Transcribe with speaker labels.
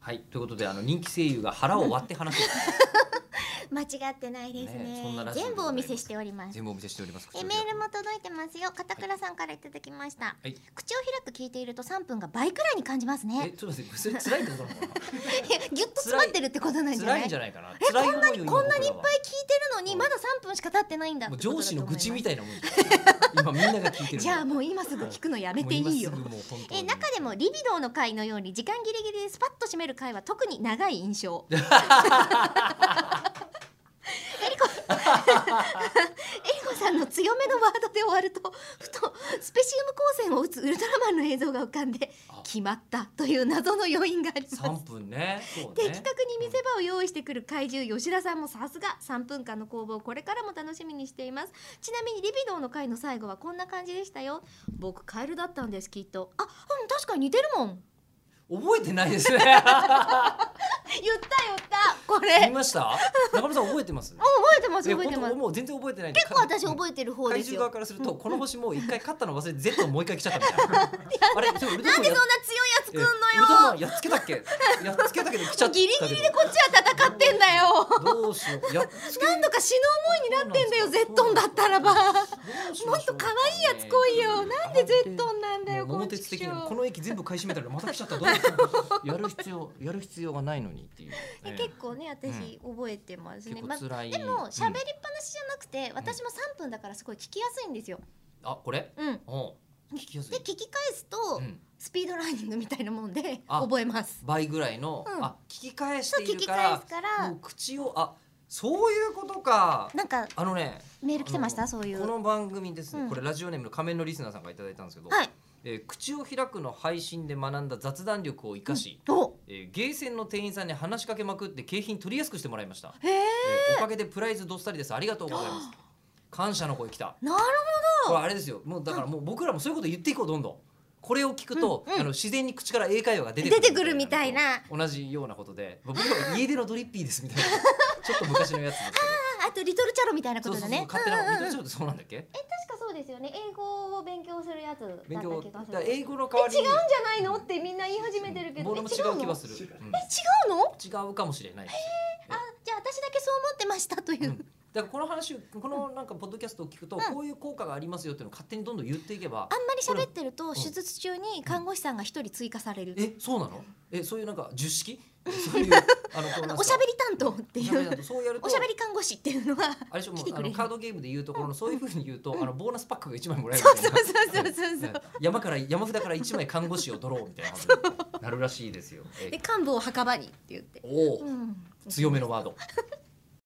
Speaker 1: はいということであの人気声優が腹を割って話 す
Speaker 2: 間違ってないですね
Speaker 1: ねそんなラジオで
Speaker 2: 全部お見せしております
Speaker 1: 全部お見せしております
Speaker 2: えメールも届いてますよ片倉さんからいただきました、
Speaker 1: はい
Speaker 2: 口を開く聞いていると3分が倍くらいに感じます
Speaker 1: え
Speaker 2: ね
Speaker 1: ちょっと待ってそれ辛いってことなのか
Speaker 2: いやぎゅっと詰まってるってことなん
Speaker 1: な
Speaker 2: じゃな
Speaker 1: 辛
Speaker 2: い
Speaker 1: いんじゃ
Speaker 2: いっ
Speaker 1: ないかな
Speaker 2: え
Speaker 1: 辛い思いを今
Speaker 2: こんなにいっぱい
Speaker 1: 僕らは
Speaker 2: 聞いてるのに
Speaker 1: うん
Speaker 2: まだ3分しか経ってないんだっ
Speaker 1: も
Speaker 2: て
Speaker 1: う
Speaker 2: ことだと
Speaker 1: 上司
Speaker 2: 思
Speaker 1: の愚痴みた
Speaker 2: い
Speaker 1: いなもんですよ今みんなが聞いてる
Speaker 2: ますじゃあもう今すぐ聞くのやめていいよ
Speaker 1: もう今すぐもう本当に
Speaker 2: え中でもリビドーの回のように時間ギリギリでスパッと締める回は特に長い印 象えりこえりこさんの強めのワードで終わるとふとスペシウム光線を打つウルトラマンの映像が浮かんで
Speaker 1: あ
Speaker 2: 決まったという謎の要因があります
Speaker 1: 三分ねそう
Speaker 2: 的
Speaker 1: ね
Speaker 2: 確に見せ場を用意してくる怪獣吉田さんもさすが3分間の攻防をこれからも楽しみにしていますちなみにリビドーの回の最後はこんな感じでしたよ僕カエルだったんですきっとあうん確かに似てるもん
Speaker 1: 覚えてないです ね
Speaker 2: 言った言ったこれ
Speaker 1: 言い
Speaker 2: 覚
Speaker 1: ました中村さん覚えてます
Speaker 2: えてます
Speaker 1: いや
Speaker 2: 覚えてま
Speaker 1: 本
Speaker 2: す
Speaker 1: 当もう全然覚えてないんで
Speaker 2: 結構私覚えてる方で
Speaker 1: 怪
Speaker 2: す
Speaker 1: 獣側
Speaker 2: よ
Speaker 1: からするとこの星もう一回勝ったの忘れて Z をもう一回来ちゃったみ たいなあれそれウルトラマ
Speaker 2: なん
Speaker 1: ンや
Speaker 2: でそんな強いやつくんの
Speaker 1: えウルトラマ
Speaker 2: よ
Speaker 1: ンやっつけたっ けやっつけたけど来ちゃったけ
Speaker 2: ギ
Speaker 1: ど
Speaker 2: リギリでこっちは戦ってんだよ
Speaker 1: どうしようやっつけ
Speaker 2: 何度か死ぬ思いになってんだよ
Speaker 1: そう
Speaker 2: ゼ
Speaker 1: なんです
Speaker 2: ッ
Speaker 1: か
Speaker 2: トンだったらば
Speaker 1: どうし
Speaker 2: も
Speaker 1: ま
Speaker 2: っ
Speaker 1: しょ
Speaker 2: と
Speaker 1: う
Speaker 2: 可愛いやつ来いよなんでゼットンなんだよ
Speaker 1: もう
Speaker 2: この
Speaker 1: 桃鉄的にもこ
Speaker 2: 畜
Speaker 1: の駅全部買い占めたらまた来ちゃったどうしようやる必要やる必要がないのにっていう、
Speaker 2: 生
Speaker 1: ええ
Speaker 2: 結構ね私覚えてますね
Speaker 1: 結
Speaker 2: ま
Speaker 1: 構辛い、
Speaker 2: でも
Speaker 1: う
Speaker 2: 喋
Speaker 1: ん
Speaker 2: りっぱなしじゃなくて私も3分だからすごい聞きやすいんですよ
Speaker 1: あこれ
Speaker 2: うん
Speaker 1: おう聞きやすい
Speaker 2: で聞き返すと
Speaker 1: うん
Speaker 2: スピードラーニングみたいなもんで
Speaker 1: あ
Speaker 2: 覚えます
Speaker 1: 倍ぐらいの、
Speaker 2: うん
Speaker 1: あ聞き返し
Speaker 2: そ
Speaker 1: て
Speaker 2: う
Speaker 1: い
Speaker 2: 聞
Speaker 1: る
Speaker 2: き
Speaker 1: か
Speaker 2: 返
Speaker 1: ら
Speaker 2: すから
Speaker 1: もう口をあそういうことか
Speaker 2: なんか
Speaker 1: あのね
Speaker 2: メール来てまし
Speaker 1: あ
Speaker 2: た
Speaker 1: の
Speaker 2: そういう
Speaker 1: この番組ですね、
Speaker 2: うん
Speaker 1: これラジオネームの仮面のリスナーさんがいただいたんですけど、
Speaker 2: はい
Speaker 1: えー口を開くの配信で学んだ雑談力を生かし、
Speaker 2: お
Speaker 1: えーゲーセンの店員さんに話しかけまくって景品取りやすくしてもらいました、
Speaker 2: へえ
Speaker 1: えーおかげでプライズどっさりですありがとうございます感謝の声来た
Speaker 2: なる
Speaker 1: これあれですよもうだからもう僕らもそういうこと言っていこうどんどんこれを聞くと、
Speaker 2: うんうん
Speaker 1: あの自然に口から英会話が出て
Speaker 2: 出てくるみたいな
Speaker 1: 同じようなことで僕は家出のドリッピーですみたい なちょっと昔のやつです
Speaker 2: ああとリトルチャロみたいな
Speaker 1: け
Speaker 2: こ
Speaker 1: ど
Speaker 2: と
Speaker 1: そうそ
Speaker 2: だ
Speaker 1: うそう
Speaker 2: ね
Speaker 1: 勝手
Speaker 2: うんうん
Speaker 1: な
Speaker 2: うん
Speaker 1: ミド
Speaker 2: え
Speaker 1: ルってそうなんだっけ
Speaker 2: 確かそうですよね英語を勉強するやつだった気
Speaker 1: 勉
Speaker 2: がす
Speaker 1: 強だ
Speaker 2: る
Speaker 1: から
Speaker 2: え違うんじ
Speaker 1: 英語の代わりに
Speaker 2: ゃないのってみんな言い始めてるけど
Speaker 1: 俺
Speaker 2: え
Speaker 1: も
Speaker 2: 違
Speaker 1: 違
Speaker 2: う
Speaker 1: う気
Speaker 2: の
Speaker 1: はする、うん
Speaker 2: え違うの
Speaker 1: 違うかもしれないです、
Speaker 2: あじゃあ私だけそう思ってましたと いううん
Speaker 1: だからこの話をこのなんかポッドキャストを聞くと、
Speaker 2: うん
Speaker 1: こういう効果がありますよっていうのを勝手にどんどん言っていけば
Speaker 2: あ、んまり喋ってると手術中に看護師さんが一人追加される
Speaker 1: えそうなのえそういうなんか十 式そういうあのこう
Speaker 2: あ
Speaker 1: なん
Speaker 2: の
Speaker 1: か
Speaker 2: おしゃべり担当ってい
Speaker 1: おしゃべりだ
Speaker 2: う
Speaker 1: とそうやると
Speaker 2: おしゃべり看護師っていうのは
Speaker 1: あれでしょも
Speaker 2: 来
Speaker 1: う
Speaker 2: てく
Speaker 1: あ
Speaker 2: れる
Speaker 1: のカードゲームで言うところのそういうふうに言うと、あのボーナスパックが一枚もらえる
Speaker 2: そう
Speaker 1: み
Speaker 2: そ
Speaker 1: た
Speaker 2: う
Speaker 1: い
Speaker 2: そ
Speaker 1: な
Speaker 2: うそうそうそ
Speaker 1: ね
Speaker 2: う
Speaker 1: 山から山札から一枚看護師を取ろうみたいなことになるらしいですよ。え
Speaker 2: で幹部を墓場にって言って、
Speaker 1: おお、
Speaker 2: うん、
Speaker 1: 強めのワード。